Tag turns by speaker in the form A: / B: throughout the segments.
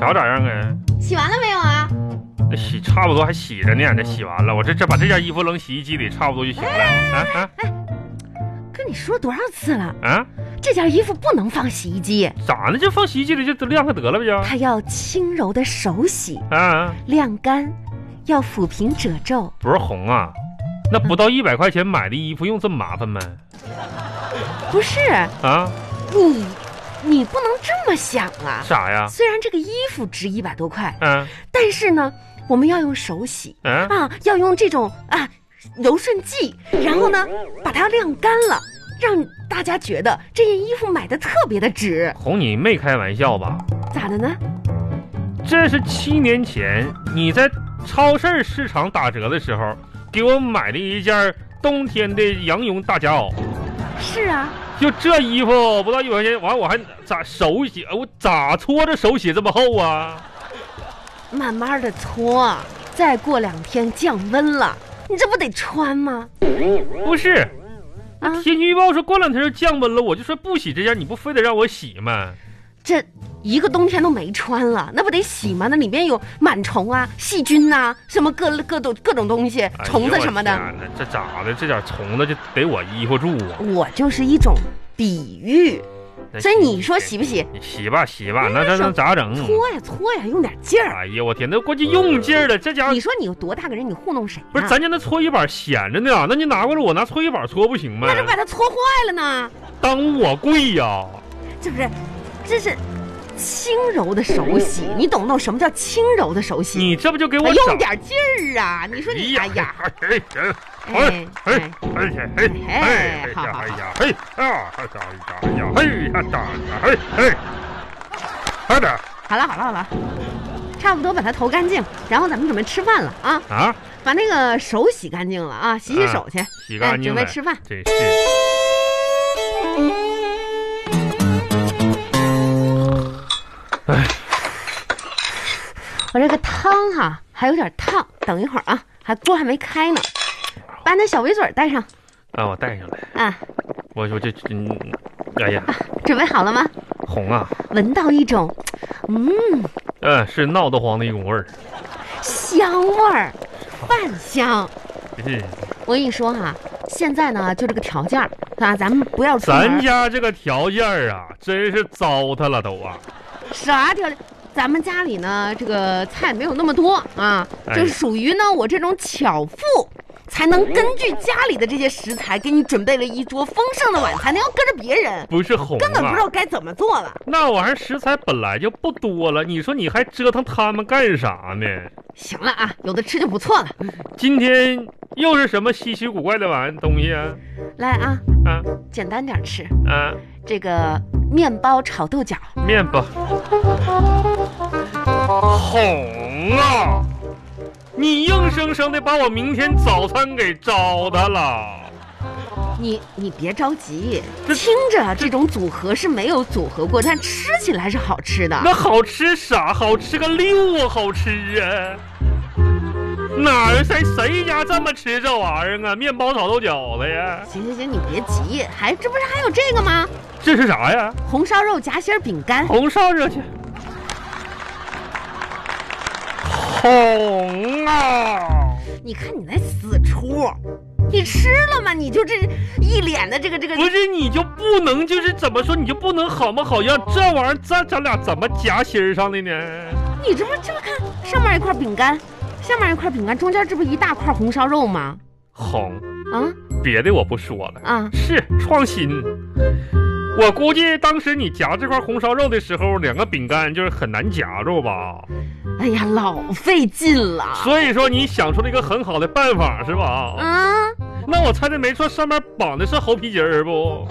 A: 澡咋样啊？
B: 啊洗完了没有啊？
A: 那洗差不多还洗着呢，这洗完了，我这这把这件衣服扔洗衣机里，差不多就行了。啊
B: 跟你说多少次了，
A: 啊啊！
B: 这件衣服不能放洗衣机，
A: 咋的？就放洗衣机里就晾开得了呗就。
B: 它要轻柔的手洗
A: 啊，
B: 晾干，要抚平褶皱。
A: 不是红啊，那不到一百块钱买的衣服用这么麻烦吗？
B: 不是
A: 啊，
B: 你，你不能这么想啊！
A: 啥呀？
B: 虽然这个衣服值一百多块，
A: 嗯
B: 但是呢，我们要用手洗
A: 嗯，
B: 啊，要用这种啊柔顺剂，然后呢，把它晾干了，让大家觉得这件衣服买的特别的值。
A: 红你没开玩笑吧？
B: 咋的呢？
A: 这是七年前你在超市市场打折的时候给我买的一件冬天的羊绒大夹袄，
B: 是啊，
A: 就这衣服不到一百块钱，完我还咋手洗？我咋搓着手洗这么厚啊？
B: 慢慢的搓，再过两天降温了，你这不得穿吗？
A: 不是，
B: 啊，
A: 天气预报说过两天就降温了，我就说不洗这件，你不非得让我洗吗？
B: 这一个冬天都没穿了，那不得洗吗？那里面有螨虫啊、细菌呐、什么各各种各种东西、
A: 哎呦
B: 虫子什么的。
A: 我天哪这咋的？这点虫子就得我衣服住啊！哎
B: 我就是一种比喻，
A: 那
B: 所以你说洗不洗？嗯
A: 你洗吧洗吧，那那那咋整？啊
B: 搓呀搓呀，用点劲儿。
A: 哎呀，我天，那关键用劲儿了，这家伙
B: 你说你有多大个人，你糊弄谁呢？
A: 啊不是咱家那搓衣板闲着呢，那你拿过来我拿搓衣板搓不行吗
B: 那？就把它搓坏了嗯呢，
A: 当我贵呀？
B: 这不是？这是轻柔的手洗，你懂不懂什么叫轻柔的手洗？
A: 哎你这不就给我
B: 哎
A: 整
B: 用？点劲儿啊！你说你哎呀，，
A: 哎呀，哎
B: 哎哎
A: 哎哎呀，哎哎呀，哎呀，嘿啊，哎呀，哎呀，哎呀，哎哎，快点
B: 好了好了好了，差不多把它投干净，然后咱们准备吃饭了啊！
A: 啊！
B: 把那个手洗干净了啊，洗洗手去，
A: 嗯洗干净
B: 哎准
A: 了
B: 备吃饭。
A: 真是
B: 我这个汤哈、还有点烫，等一会儿啊，还锅还没开呢，把那小围嘴儿带上
A: 啊！我戴上来，
B: 啊，
A: 我说这嗯，哎呀，
B: 准备好了吗？
A: 红啊，
B: 闻到一种，嗯，
A: 嗯，是闹得慌的一股味儿，
B: 香味儿，饭香。
A: 嗯。
B: 我跟你说哈、现在呢就这个条件儿啊，咱们不要出门
A: 咱
B: 儿。
A: 家这个条件儿啊，真是糟蹋了都啊！
B: 啥条件？咱们家里呢，这个菜没有那么多啊，
A: 哎
B: 就是属于呢我这种巧妇，才能根据家里的这些食材给你准备了一桌丰盛的晚餐。那要跟着别人，
A: 不是红
B: 根本不
A: 啊，
B: 知道该怎么做了。
A: 那玩意儿食材本来就不多了，你说你还折腾他们干啥呢？
B: 行了啊，有的吃就不错了。
A: 今天又是什么稀奇古怪的玩意儿东西啊？
B: 来啊，
A: 啊
B: 简单点吃，
A: 啊，
B: 这个面包炒豆角，
A: 面包，红啊！你硬生生的把我明天早餐给糟蹋了。
B: 你你别着急，
A: 这
B: 听着这种组合是没有组合过，但吃起来是好吃的。
A: 那好吃啥？好吃个六啊！好吃啊！哪儿谁谁家这么吃这玩意儿啊？面包炒豆角子呀？
B: 行行行，你别急，还这不是还有这个吗？
A: 这是啥呀？
B: 红烧肉夹心儿饼干。
A: 红烧热去。红啊！
B: 你看你那死出，你吃了吗？你就这一脸的这个这个，
A: 不是你就不能就是怎么说你就不能好模好样？这玩意儿咱咱俩怎么夹心儿上的呢？
B: 你这不这不看上面一块饼干，下面一块饼干，中间这不一大块红烧肉吗？
A: 红，
B: 啊
A: 别的我不说了。
B: 啊，
A: 是创新。我估计当时你夹这块红烧肉的时候，两个饼干就是很难夹住吧？
B: 哎呀，老费劲了
A: 所以说你想出了一个很好的办法是吧？
B: 啊！
A: 那我猜的没错，上面绑的是猴皮筋儿不？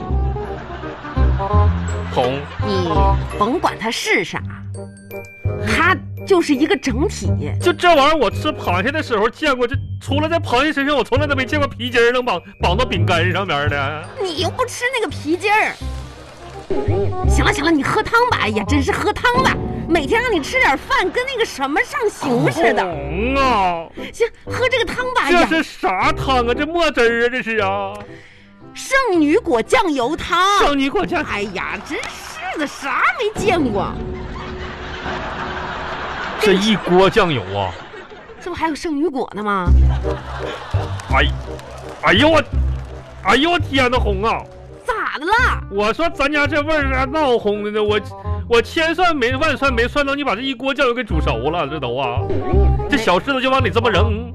A: 红，
B: 你甭管它是啥，它就是一个整体。
A: 就这玩意儿，我吃螃蟹的时候见过，就除了在螃蟹身上，我从来都没见过皮筋儿能绑绑到饼干上面的。
B: 你又不吃那个皮筋儿。行了行了，你喝汤吧！哎呀，真是喝汤吧！每天让你吃点饭，跟那个什么上刑似的。
A: 红啊，
B: 行，喝这个汤吧！哎
A: 这
B: 呀，
A: 是啥汤啊？这墨汁儿啊，这是啊？
B: 圣女果酱油汤。
A: 让你管家
B: 哎呀，真是的，啥没见过？
A: 这一锅酱油啊！
B: 这不还有圣女果呢吗？
A: 哎，哎呦我，哎呦我天呐，红啊！
B: 咋的啦？
A: 我说咱家这味儿咋闹哄的呢？我我千算没万算没算到你把这一锅酱油给煮熟了，这都啊，
B: 嗯
A: 这小柿子就往里这么扔。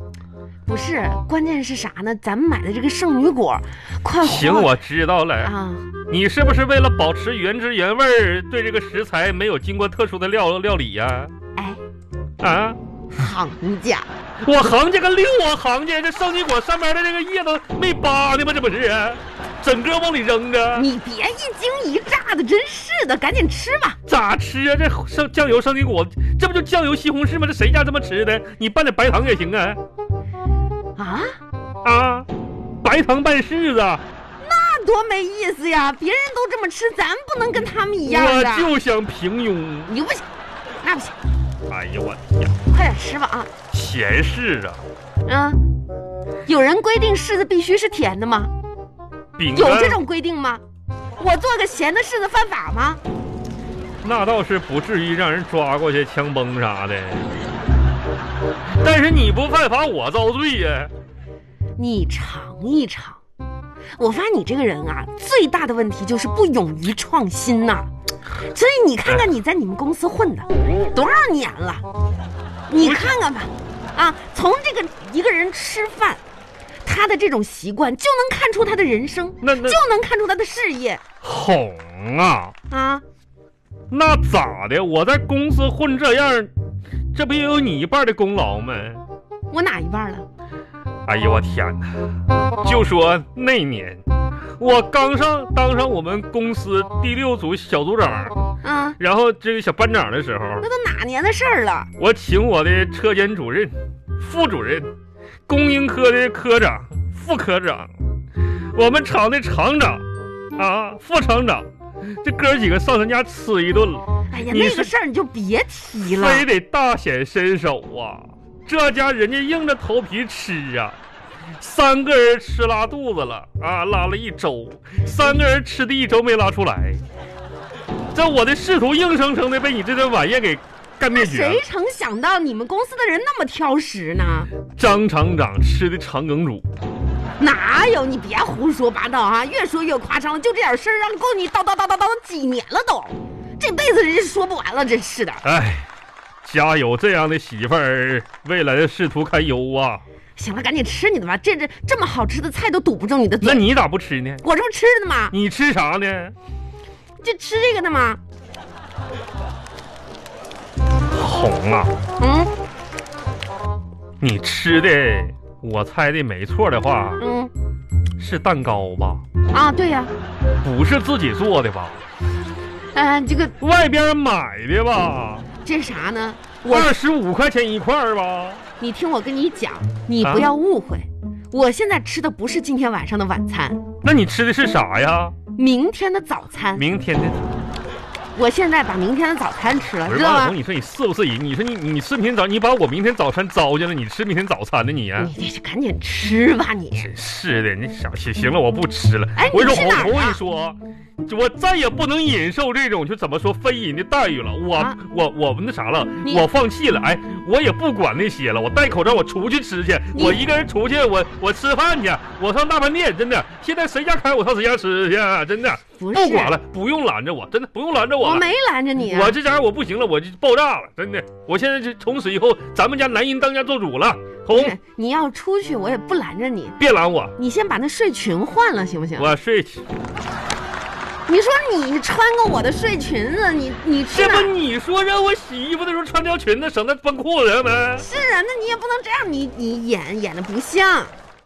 B: 不是，关键是啥呢？咱们买的这个圣女果，快
A: 行，
B: 化
A: 我知道了。
B: 哦啊！
A: 你是不是为了保持原汁原味儿，对这个食材没有经过特殊的料料理呀、
B: 哎，
A: 啊？
B: 行家，
A: 我行家个六啊，行家这圣女果上面的这个叶子没扒呢吗？这不是，啊整个往里扔啊？
B: 你别一惊一乍的，真是的，赶紧吃吧。
A: 咋吃啊？这圣酱油圣女果，这不就酱油西红柿吗？这谁家这么吃的？你拌点白糖也行啊
B: 啊，
A: 啊！白糖拌柿子，
B: 那多没意思呀！别人都这么吃，咱不能跟他们一样
A: 我
B: 的。
A: 就想平庸。
B: 你不行，那不行，
A: 哎呀，我天，
B: 快点吃吧啊！
A: 闲事啊，
B: 嗯，有人规定柿子必须是甜的吗？
A: 饼
B: 有
A: 干
B: 这种规定吗？我做个咸的柿子犯法吗？
A: 那倒是不至于让人抓过去枪崩啥的。但是你不犯法，我遭罪呀、
B: 你尝一尝。我发现你这个人啊，最大的问题就是不勇于创新呐、所以你看看你在你们公司混的多少年了，你看看吧，啊，从这个一个人吃饭，他的这种习惯就能看出他的人生，
A: 那那
B: 就能看出他的事业
A: 哄啊，
B: 啊。
A: 那咋的？我在公司混这样，这不也有你一半的功劳吗？
B: 我哪一半了？
A: 哎呀，我天哪！就说那年，我刚上当上我们公司第六组小组长，
B: 啊，
A: 然后这个小班长的时候，
B: 那都哪年的事儿了？
A: 我请我的车间主任、副主任、供应科的科长、副科长，我们厂的厂长啊、副厂长，这哥几个上他家吃一顿了，
B: 哎呀，
A: 你
B: 那
A: 是
B: 个事儿你就别提了。
A: 非得大显身手啊！这家人家硬着头皮吃啊，三个人吃拉肚子了啊，拉了一周，三个人吃的一周没拉出来，这我的仕途硬生生的被你这顿晚宴给干灭
B: 那
A: 绝了。
B: 谁成想到你们公司的人那么挑食呢？
A: 张厂长吃的肠梗阻。
B: 哪有？你别胡说八道啊！越说越夸张了，就这点事儿让够你叨叨叨叨叨几年了都，这辈子人家说不完了，真是的。
A: 哎，家有这样的媳妇儿，未来的仕途堪忧啊！
B: 行了，赶紧吃你的吧，这这这么好吃的菜都堵不住你的
A: 那
B: 嘴。
A: 你咋不吃呢？
B: 我这不吃着呢吗？
A: 你吃啥呢？
B: 就吃这个呢吗？
A: 红啊！
B: 嗯
A: 你吃的，我猜的没错的话，
B: 嗯
A: 是蛋糕吧？
B: 啊，对呀、
A: 不是自己做的吧？
B: 嗯、这个
A: 外边买的吧？
B: 这啥呢？我
A: 二十五块钱一块儿吧？
B: 你听我跟你讲，你
A: 啊
B: 不要误会，我现在吃的不是今天晚上的晚餐，
A: 那你吃的是啥呀？
B: 明天的早餐。
A: 明天的。
B: 我现在把明天的早餐吃了，
A: 不
B: 知
A: 是
B: 道
A: 王小
B: 吗
A: 红，？你说你是不是人？你说你你是明天早，你把我明天早餐糟践了，你吃明天早餐呢你、啊？
B: 你你赶紧吃吧你。
A: 真是的，你想行行了，我不吃了。
B: 嗯哎你
A: 我跟你
B: 去
A: 说，
B: 哪儿
A: 红，我跟
B: 啊
A: 你说，我再也不能忍受这种就怎么说非人的待遇了。我、
B: 啊
A: 我我那啥了，
B: 你
A: 我放弃了。哎，我也不管那些了，我戴口罩，我出去吃去，
B: 你
A: 我一个人出去，我我吃饭去，我上大饭店，真的。现在谁家开我上谁家吃去，啊真的
B: 不是，
A: 不管了，不用拦着我，真的不用拦着我
B: 我
A: 了。
B: 没拦着你啊。
A: 我这家我不行了，我就爆炸了，真的。我现在就从此以后，咱们家男人当家做主了。
B: 不
A: 红，
B: 是，你要出去，我也不拦着你。
A: 别拦我，
B: 你先把那睡裙换了，行不行？
A: 我睡去。
B: 你说你穿个我的睡裙子，你你去
A: 这
B: 哪
A: 不
B: 儿？
A: 你说让我洗衣服的时候穿条裙子，省得崩裤子呗？
B: 是啊，那你也不能这样，你你演演的不像。